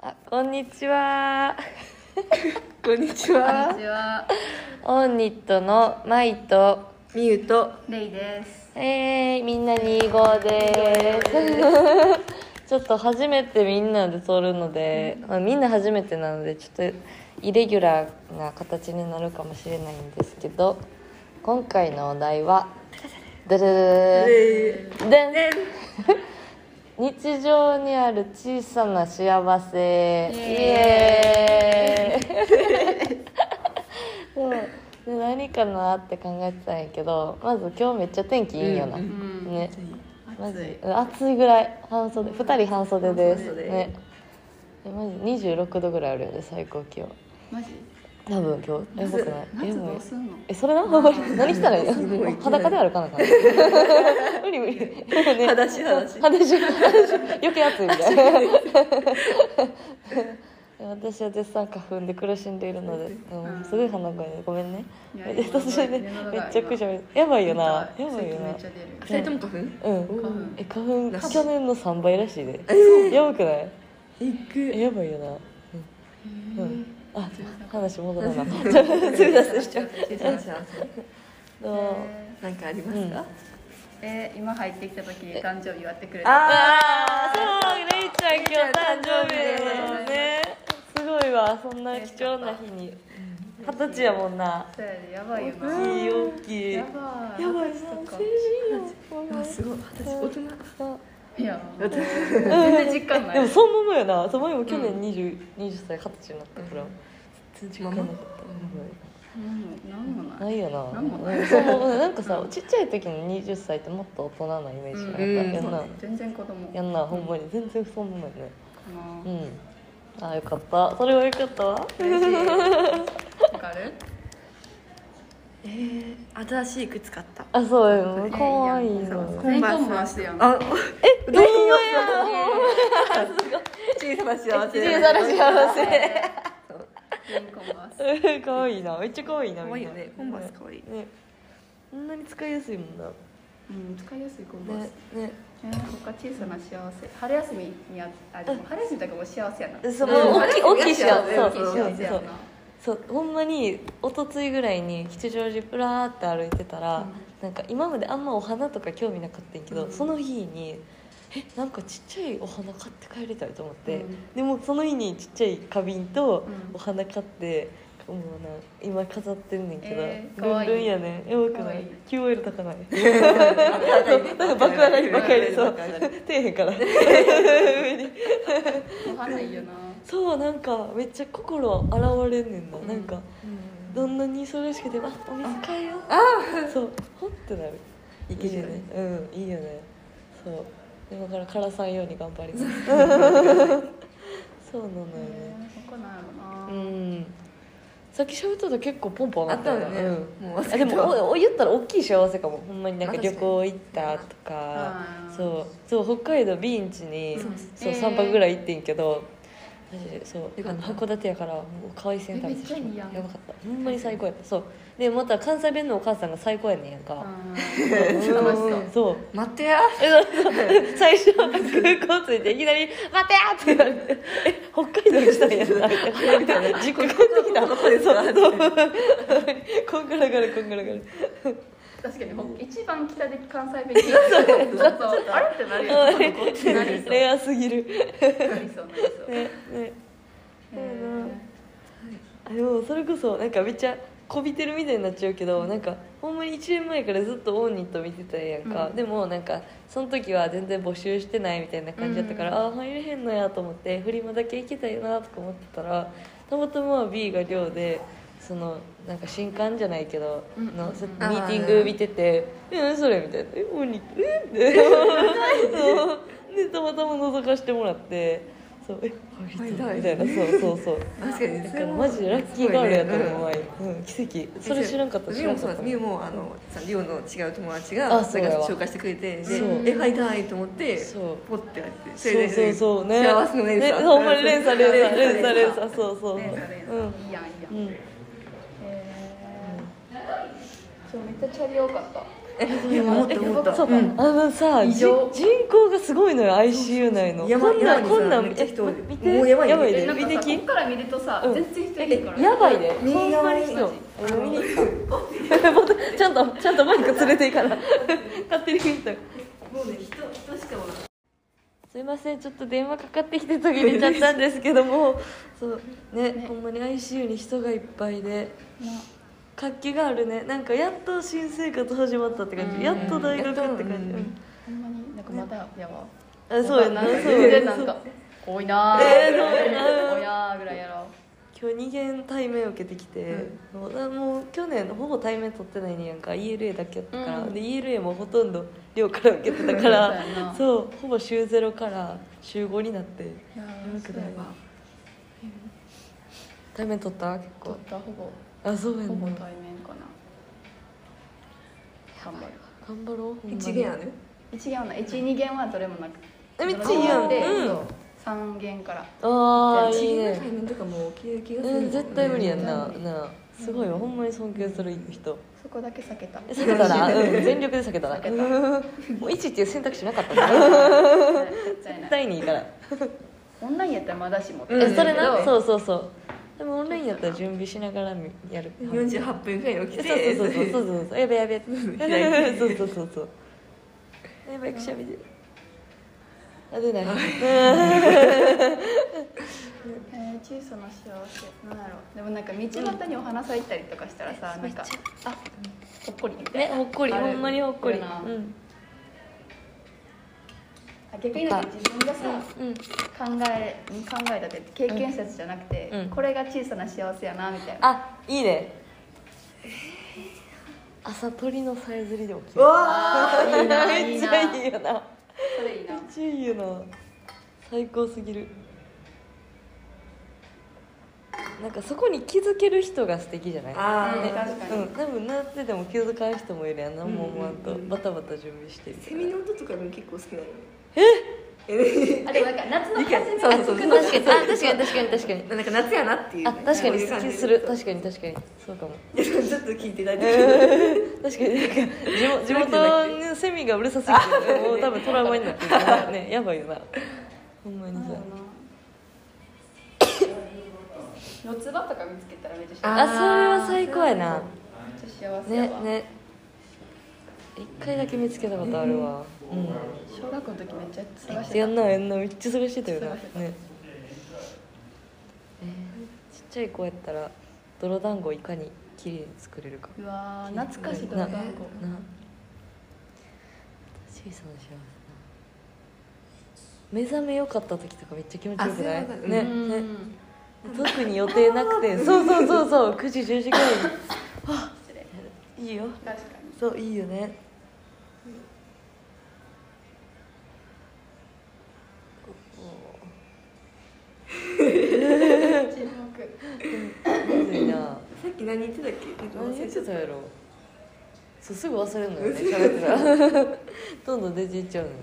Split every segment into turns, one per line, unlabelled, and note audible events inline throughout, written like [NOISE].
あ、こんにちは。
[LAUGHS] こんにち
こん
は
にちは、
オンニットのマイと、
みゆと
レイです。
えー、みんな2号です。
[LAUGHS]
ちょっと初めてみんなで撮るので、まあ、みんな初めてなのでちょっとイレギュラーな形になるかもしれないんですけど今回のお題は「ドゥルル
え
ルでん日常にある小さな幸せイエーイそうで何かなって考えてたんやけどまず今日めっちゃ天気いいよな、
うんう
うん
ねマ
暑
ジ
い。
暑いぐらい半袖2人半袖です
半袖
ねえマジ26度ぐらいあるよね最高気温
マジ。
多分今日やばくない
夏
や
ど
ばいう
すんの。
えそれな何したらいい
ごいいきな
の
り
裸で歩かなあかん
[LAUGHS]
無理無理、ね
裸足裸足
裸足裸足余計暑いみたいな私は絶賛花粉で苦しんでいるので、うんすごい鼻声でごめんね
いや
めっちゃ途中でめ
今のが
っちゃくしゃみやばいよな
出
や
た
ばいよ
め
な
っちゃ出る。
二人とも花粉
うん
花粉
え花粉
らしい
去年の3倍らしいね、やばくない
行
え
く
やばいよなうん、うん、あ話戻
[LAUGHS]
らな [LAUGHS]
すみませんしちゃう
失礼しました
どう
なんかありますか
えー、今入ってきた時、誕生日祝ってくれた。
あ
あ
あそうレイちゃん今日誕生日ですねすごいわそんな貴重な日に二十歳やもんな
そうやで、やばいよな。
いい大きい
や
や
ばい。
ばいな
二十歳とか
あすごい私大人
いや、もう全然実感ない。
でもそのままやなそのまま去年 20, 20歳二十歳になったから全然時間なかった
うん、なんもな。
ないいよな
なんもない
うんそのなんかさちっちゃい時の20歳ってもっと大人なイメージなかった、
うん
や
そ
んな、
全然子供。
や
か
んなほんまに全然そんなもんやね
な。
うんああよかったそれはよかったわ
嬉しいわかる。
えー新しい靴買った
あそうやのかわいい
ややん
の
コンバースの足やん。
あえどう小さな幸せ
小さな幸
全員コンバー
[LAUGHS]
ス。
せかわいいなめっちゃかわいいな
可愛いよねコンバース
か
可愛い
ねこんなに使いやすいもんな
うん、使いやすいコンバー
ね
ス。
ね
えー、他小さな幸せ春休みにああでも春休みとかも幸せやな
そう
うん
大きい大きいしよ
そ
そうう
そう
そう
幸せやな
そうそうほんまに一昨日ぐらいに吉祥寺プラーって歩いてたら、なんか今まであんまお花とか興味なかったんやけど、
うん
その日にえなんかちっちゃいお花買って帰りたいと思って、
うん
でもその日にちっちゃい花瓶と
うん
お花買って、もうな今飾ってんねんけど、
えーか
ル
わ
ン
いい
ルンやねやばくな
かわい
い
い
QOL 高
[LAUGHS]
ない
なん
なんか爆上がり
爆
爆上がり
[LAUGHS]
そう
上が
底辺から上に
お花いいよな
[LAUGHS] そうなんかめっちゃ心現れんねんな、
うん
なんか
うん
どんなにそれしくてもあお水買えよあそうほってなる
いけるよね
いいうんいいよねそう今からからさんように頑張りますそうなのよ
[LAUGHS]
ね
えー他なんや
う
ろなん
さっき喋ったと結構ポンポン
あ
あ
っ
ったた
よ
よね
ねもう忘れ
うん、あで
た
もおお言ったら大きい幸せかもほんまになんか
まあ確か
旅
に
行行ったとか
あー
そうそう北海道ビーンチに
そう
そう
えー
3泊ぐらい行ってんけど、マジでそう
よかった
あの函館やからもう海鮮食べてし
えめっちゃいい
ま
やん
うやばかったほんまに最高やったそうでまた関西弁のお母さんが最高やねんやんか、
あ
う
ー
ん、
楽しそう
そう
待ってや
えそう [LAUGHS] 最初空港着いていきなり「待て!」って言われて「え北海道にしたんやった」みたいな「実家帰ってきた」
どこですか
そうそう [LAUGHS] こんがらが [LAUGHS] るこんがらがる
確かにほ一番北で関西弁聞いてちょっとあれってなるよななりそ
[LAUGHS]
う
レアすぎる
なりそうなりそう
ねね
え
あでもそれこそなんかめっちゃこびてるみたいになっちゃうけど、なんかほんまに1年前からずっとオーニット見てたやんか、
うん
でもなんかその時は全然募集してないみたいな感じだったから、ああ入れへんのやと思ってフリマだけ行きたいなとか思ってたらたまたま B が寮でそのなんか新刊じゃないけど、
うん
のそ
うん
ミーティング見てて「え何それ?」みたいな「えオーニットえっ?」 [LAUGHS] てでたまたま覗かしてもらって「そうえ入りたい」みたいなそうそうそう。
確かに
だ
そ
か
れ
ら
も
マジラッキーガールやと思うわ
すごいね
うん、奇跡それ知らんかった知
ミ
ら
オ
ん
もそ
か
う
った
ミオもあのさリオの違う友達が
あそうやわ
紹介してくれて
そ
で
う
え入りたいと思って
そう
ポッてやってそ
そう
れ
そう
で
そうね
幸せの連鎖
ねほんまに連鎖連鎖連鎖
連鎖
連鎖そうそう
連鎖連鎖
うん
いいやんいいやん
うん
えーそうめっちゃチャリ多かった
思った思った
そうか
うん
あのさ
異
じ
常
人口がすごいのよ ICU 内の
やば
こ
い
んな
やばい
こんな
めっちゃ人多い
え見て
もうやばいね
やばい
え
ね
なん
見
か
て
さこ
き
っから見るとさ、
うん
全然人いるから
やばいね
右
ほんま
側
に
に
人
マジ
飲みに行 [LAUGHS] ったボタンちゃんとちゃんとマイク連れていかな [LAUGHS] 勝手に見た
もうね人人しかおらん
すいませんちょっと電話かかってきて途切れちゃったんですけども [LAUGHS] そうねほんまに ICU に人がいっぱいで活気があるねなんかやっと新生活始まったって感じ、
うん
やっと大学って感じ、
やっ
うん
とうん
ほんまになんかまだやわ
あそうやなそう
全
や
然
な
な
そ
ん
う
か多いなー
えーそうやな
多いなーぐらいやろ
今日2軒対面受けてきて、もうもう去年ほぼ対面取ってないねやんか ELA だけやったから、
うん
で ELA もほとんど寮から受けてたから
そうやな
そうほぼ週0から週5になって
いや
やばくない対面取った結
取
構
ったほぼ
あそうや
ほ
ん
ぼ
な
対面かな頑張る
頑張ろうほんまに
一元ある
一限はない一二限はどれもなく
えめっちゃいいやん
で
うん
そう三限から
ああ
じ
いい
ゃあ
チーム
ね
対面とかもう起きる気がするも
うん
ね、
ん絶対無理やんな
絶対無理
なあすごいわほんまに尊敬する人
そこだけ避けた
え避けたな、
う
うんん、全力で避けたな
避け
[LAUGHS]
た
うんもう1っていう選択肢なかった
[LAUGHS]
な
はい絶対な
絶
い
対にいいから
オンラインやったらまだしも
うん
えそれ
う
なんそうそうそうでもオンラインやったら準備しながらみやる
48分ぐらいに起き
え
て
そうそうそうそうそうそうやべ [LAUGHS] やべ
開いて
そうそうそうそうやばいくしゃみであ出ない
えー小さな幸せなんだろうでもなんか道端にお花咲いたりとかしたらさ、なんかあほっこりみたい
ね
な、
ほっこり
ある
ほんまにほっこり
あるな
うん
あ逆になんか自分がさ、
うん
考え考えたって経験したやつじゃなくて、
うん
これが小さな幸せやなみたいな
あいいね朝鳥のさえずりで起き
う
る
わ
あいいな
めっちゃいいよな
それいい
め
な
っちゃいいよな最高すぎるなんかそこに気づける人が素敵じゃない
あ
ー
ね
確かに
うん、多分なってても気づかん人もいるやん何も思わんと、
うんうんうん
バタバタ準備してる
セミの音とかも結構好きなの
あでもなんか夏の初め
そうそうそう
確かにあ確かに確かに確かに
なんか夏やなっていう
あ
ね、
確かに
そういう
好
感
き
じ
する確かに確かにそう [LAUGHS] かも
いやちょっと聞いていただいて、
[LAUGHS] 確かになんか地元地元のセミがうるさすぎてもう多分トラウマになってるからねやばいよなほんまにさ
四つ葉とか見つけたらめっちゃ幸
あ
あー
それは最高やな
せめっちゃ幸せや
ね
わ、
ね一回だけ見つけたことあるわ、うん
小学校の時めっちゃ探してた
やんなやんなめっちゃ忙しいだよな
忙
ね
しい
えーちっちゃい子やったら泥団子いかに綺麗に作れるか
うわー懐かしいと
な
か
な
な
小さな幸せな目覚めよかった時とかめっちゃ気持ちよくな
あそうだ
い
ね
ね
うん
ね特に予定なくてそうそうそうそう9時10時ぐらい
失礼
にいいよ
確かに
そういいよね
沈黙
むずいな
さっき何言ってたっけなんか
何
忘
言
れ
っ
ち
て
ゃった
たやろそうすぐ忘れるのよね喋って [LAUGHS] たらどんどん出ていっちゃうのよ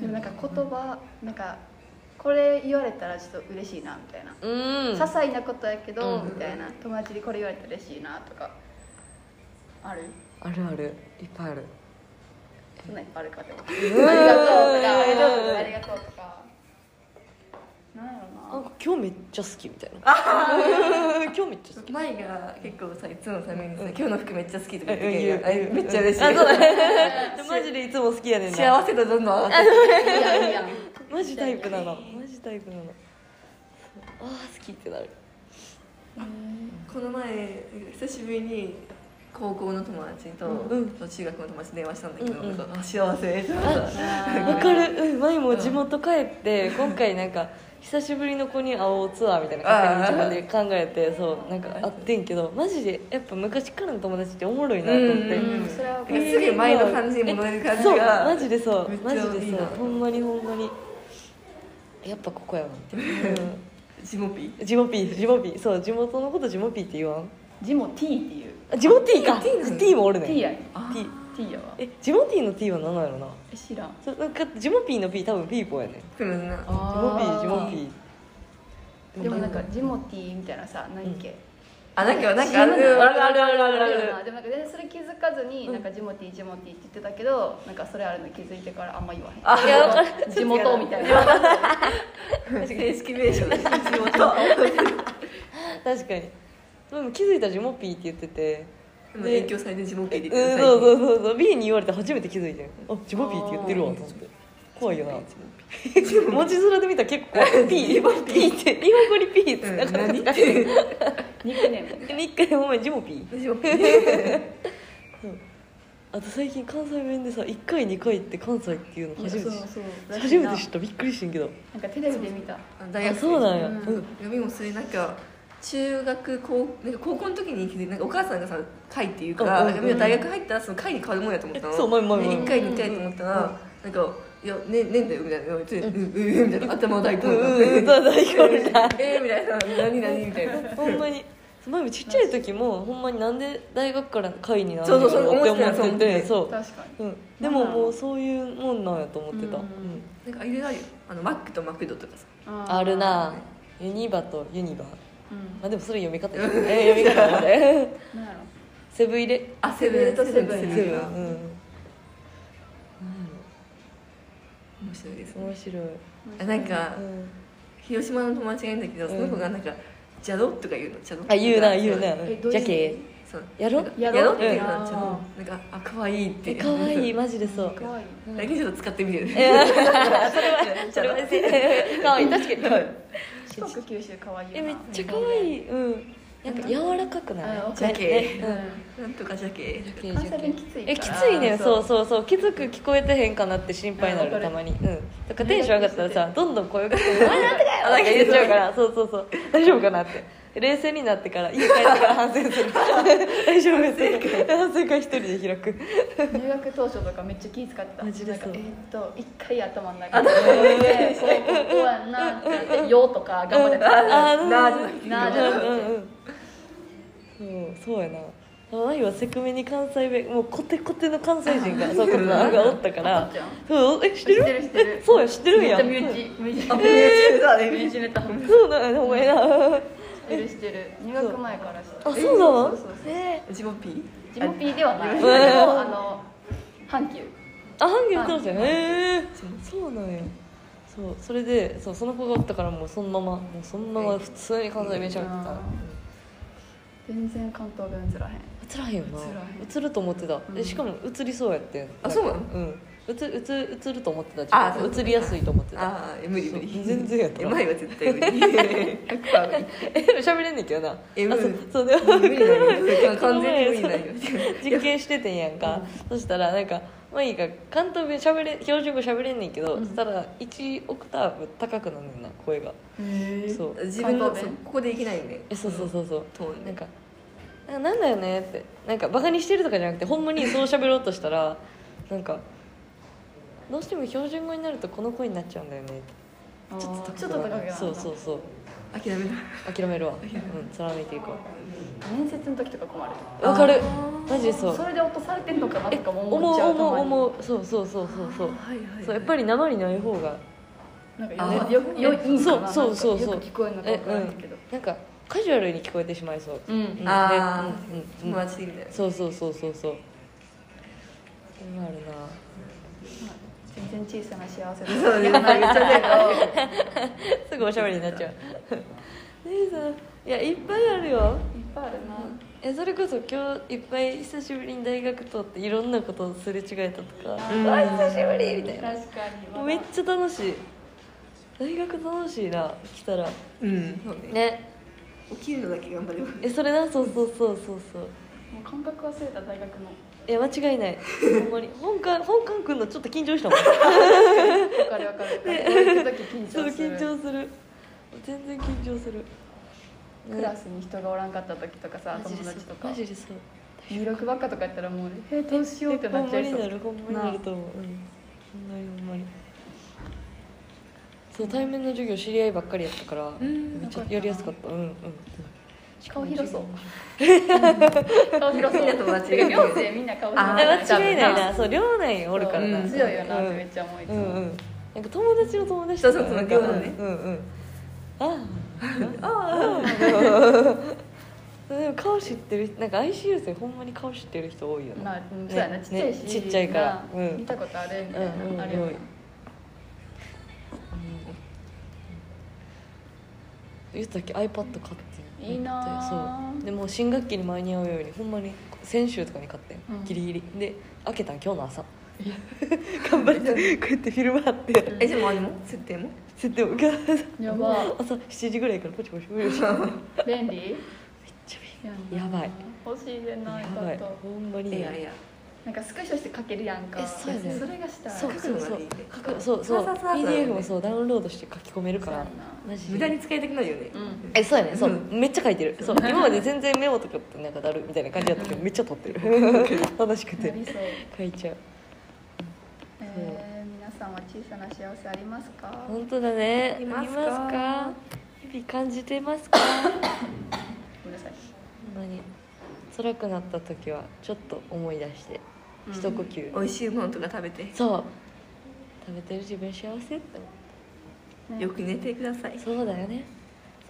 でもなんか言葉なんかこれ言われたらちょっと嬉しいなみたいな、
うん
些細なことやけど、
うん
みたいな友達にこれ言われたら嬉しいなとかある
あるあるいっぱいある
そんなんいっぱいあ
[LAUGHS]
るかでもありがとうとかありがとうありがとうとかなんや
な
ろ
ん
うな
か今日めっちゃ好きみたいな今日めっちゃ好き
前が結構さいつもさめぐみさ
うん
今日の服めっちゃ好きとか
あ
言ってくれるやん
言う
あめっちゃ嬉しい
あそうだね [LAUGHS] マジでいつも好きやねんな
幸せとどんどん上がっ
いいやんいいやん
マジタイプなのマジタイプなのあー好きってなる
てこの前久しぶりに高校の友達と、
うん
と中学の友達と電話したんだけど、
うんうん
なんかあ幸せってなった
わ
あ
かるうん舞も地元帰って今回なんか久しぶりの子に会おうツアーみたいな感じで自分で考えてそうなんか会ってんけどマジでやっぱ昔からの友達っておもろいなと思って、
うん
ーうんそれはわか
な
る
んかすぐ前の感じに戻れる感じ
そう
が
マジでそう
めっちゃ
マ
いい
ジ
な
でそうほんまにほんまにやっぱここやわみたいな
ジモピー
うん地元ピー地元ピーそう地元のこと地元ピーって言わん
ジモ T っていう
あ地元ティーか
ティーなの
T もおるね
T やん
T
T やわ
えジモティーの T は何なんやろな
え知らん
そうなんかジモピーの P 多分ピーポーやね
くるんな
ジモピー
あ
ジモピー
でもなんかジモ T みたいなさ何っけ、
あなんかなん
あ
かあ
る
る
あるあるあるあるある
でもなんか全然それ気づかずになんかジモティージモティーって言ってたけどなんかそれあるの気づいてからあんま言わへん
あいやわかる
地元みたいな
正式名称です地
[LAUGHS]
元 [LAUGHS]
確かにでも気づいたらジモピーって言ってて
でも影響されて地元で
うん
言ってください
そうそうそうそう B に言われて初めて気づいてあジモピーって言ってるわと思って怖いよな文字面で見たら結構「ピー」ピーって日本語に「ピー」ってなかなか使って
ニックネーム
一回ごめんジモピー
地元で
あと最近関西弁でさ1回2回って関西っていうの初めて知っ
そう
た初めて知ったびっくりしてんけど
なんかテレビで見た
大学
あそうなん
や
や、
うん
うん
みもそれなんか中学高なんか高校の時に気づいてなんかお母さんがさ会っていうから、
うん
なんかみも大学入ったらその会に変わるもんやと思ったの
えそう前前前
1回2回と思ったら、なんか「いやねねんだよ」みたいな「ついうんうんうん」みたいな頭を大根
[LAUGHS] うんうんうんそう大根みたい
えーみたいな「何何?」みたいな
ほんまに前もちっちゃい時もほんまになんで大学から会になる
そ
の
うそうそう
って思
思ってた
ってて
そ
そう
確かに
う、ん、でももうそういうもんなんやと思ってた、
うん
うん
なんかあれだよあのマックとマクドとかさ
あるなユニバとユニバま
うん
あでもそれ読み方え読み方 [LAUGHS] あれ
なんやろ
セブン入れ
あセブンとセブン
セブン
セブン
うん
が
うん
面白いですね
面白い、
あなんか
うん
広島の友達がいるんだけどその子がなんか「じゃろ」とか言うの「じゃろ」
あ言うな言うな
えどうい
じ
う
ゃけ
そう
やろ
や
や
ろ
ろ
っていうの
うん
じゃあなんかあ可愛いって
え可愛い
だ
マジでそう
かわいい
けちょっ [LAUGHS] と使ってみる
えーそれは
じ
そ
ゃ
れ
ろ
は可愛い確かに可愛い
四国九州かわいい
え
よな
めっちゃ可愛いうんなんか柔らかくない
あわ
かる
ねね
うん
なんとかじゃけ
うん
関西弁きついから
えきついねんそう
う
そうそうきつく聞こえてへんかなって心配にな
あわ
る
か
た
る
まにうんだからテンション上がったらさどんどん声が「あなんとかよ!」なんか言っちゃうからそうそうそう大丈夫かなって冷静になってから家帰ってから反省
[LAUGHS]
する大丈夫です反省会一人で開く
入学当初とかめっちゃ気使ってた
マジで
なんか
そう
えーっと一回頭の中に入れてこうここはなってなって「よ」とか頑張ってた
あーうん
なーじ
ゃなくて
うんうんうんそうそうやなマイはセクメに関西弁もうコテコテの関西人がそうかながおったから
あちゃん
そうえ知ってる
知ってる知ってる
そうや知ってるん
めっ
や
ちゃ身内身内
あ
[LAUGHS]
えだ
身
ね
内ネタ知っ
そうだねお前な
てる知ってる入学前から知ってる
あそうな
そ
の
うそうそう
え
ジモピー
ジモピーではない
うん
でもあの阪急
ーあ半月通してへえそうなんやそうそれでそうその子がおったからもうそのままもうそのまま普通に関西弁しゃべってた
うん全然関東弁ずらへん
映らへんよな
映らへん
映ると思ってた、
うん
えしかも映りそうやってん
あそうなの
うん映映映ると思ってた
あ
自分
そ
映
う
りやすいと思ってた
ああ無理無
そう
理
全然やった
え前は絶対無理
[LAUGHS] え喋れんねんけどな
え
あそう
うん
そうで
無理だよ完全に無理だよ
[LAUGHS] 実験しててんやんか、そしたらなんかまあいいか関東弁しゃべれ標準語しゃべれんねんけど、そしたら1オクターブ高くなんねんな声がそう
自分の
関東弁
そうここでいけないね
えそうそうそうそう
トーン
なん
ね
か「なんかなんだよね」ってなんかバカにしてるとかじゃなくてほんまにそう喋ろうとした
[LAUGHS]
らなんかどうしても標準語になるとこの声になっちゃうんだよね
あー
ち
ち
ょっ
ょ
と
っと高くなる
そうそうそう
諦めた
諦める
[LAUGHS]
わうん貫いていこ
面接の時とか困る
うわかる
あー
マジでそう
それで落とされてんのかな
え
とかも
思
思っ
う
ちゃう
思う
う
思うそうそうそうそうそう
はいはい
そうやっぱり鉛ない方が
なん
あ
かよよよいいんかな
そうそうそうそう
なんかよく聞こえるのか
え
分から
うん
ないけど
なんかカジュアルに聞こえてしまいそう
うん、
うん
あ
ねうんうん
ー友達でみたいな
そうそうそうそうそうそれもあるな
全然小さな幸せです
そうねなんか言っちゃうね
すぐおしゃべりになっちゃう。姉さん、いや、いっぱいあるよ。
いっぱいあるな
え、それこそ、今日いっぱい久しぶりに大学通って、いろんなことをすれ違えたとか。
うん
あ、久しぶりみたいな。
確かに
もうめっちゃ楽しい。大学楽しいな、来たら。
[LAUGHS] うんそうね
ね、
起きるのだけ頑張れば
え、それな、そうそうそうそうそう。
もう感覚忘れた大学の
いや、間違いない。ほん
[LAUGHS]
まに、本館、本館くんのちょっと緊張したもん。
わかるわ
[LAUGHS]
かるわかるそういう時緊
そう、
張す
緊
る
張する。全然緊張する。ね
クラスに人がおらんかった時とかさ
マジで
友
そう
達とか
マジでそう。
入力ばっかとかやったらもうえどうしようってな
ほ
っ
ん
ち
ま
ゃい
に
そう
なるほんまになると思う、うん、ほんまにほんまにそう対面の授業知り合いばっかりやったから、
ん
めっちゃやりやすかったうんうん
顔広そう
うん
顔広そう
みんな友達
寮生みんな顔広
あ
え
そう
間違いないなそう寮内おるからな、
う
うん、
ん
強いよなってめっ
う
ちゃ思いつ
んう
も
んうんなんか友達の友達とか
そうそうそう
なんか
そうだね
うんうんああ
あ
[LAUGHS] でも顔知ってるなんか ICU 生ほんまに顔知ってる人多いよな、
まあ、うんそうやな、
ね
ちっちゃいし、
ねちっちゃいから
な
うん
見たことあるみたいな、
うんうん
あるよな
うんうん言ったっけ iPad 買って
いいな
そうでもう新学期に間に合うようにほんまに先週とかに買ってん、
うん
ギリギリで開けたん今日の朝 [LAUGHS] 頑張ってこうやって昼間あって
え、でもあれも設定も
設定を受け
やば
朝7時ぐらいからポチポチポチポチめっ
便利
ちゃ
やな
やばい
欲しいでな
便
い
利
か
やばい
と
ほんまに
いやいや
なんかスクショして書けるやんか
えそうやね
れがしたい
そう
そ
そ
う
うそう書くそう
そ
そうう
そうそうそう
PDF もそうダウンロードして書き込めるか
や
ら
な
マジで
無駄に使いたくないよね
うん
えそうやねそう、
う
めっちゃ書いてるそう今まで全然メモとかってなんかだるみたいな感じだったけどめっちゃ撮ってる [LAUGHS] 楽しく
な
て
りそう
書いちゃう
えー皆さんは小さな幸せありますか
本当だね
ありますか
あ日々感じてますかほ
ごめんなさい
んまに辛くなった時はちょっと思い出して
うん
一呼吸、
美味しいものとか食べて
そう食べてる自分幸せって思っ
ね
よく寝てください
たそうだよね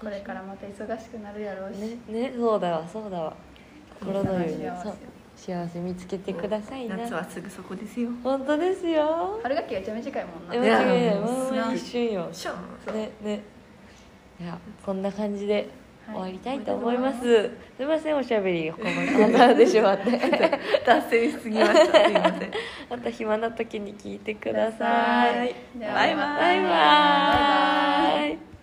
これからまた忙しくなるやろうし
ねねそうだわそうだわ心の余裕
幸せ
そう幸せ見つけてくださいな
夏はすぐそこですよ
本当ですよ
春学期が一番短いもんな
え
や
間
ね
違いない
うん
まあまあ一瞬よ
ショーン
ねねいやこんな感じで
はい
終わりたいと思います、
終
すいませんおしゃべりをこの挟んでしまって
達成しすぎましたすいません
[LAUGHS] また暇 [LAUGHS] な時に聞いてください
はい
では
バイバイ
バイバイ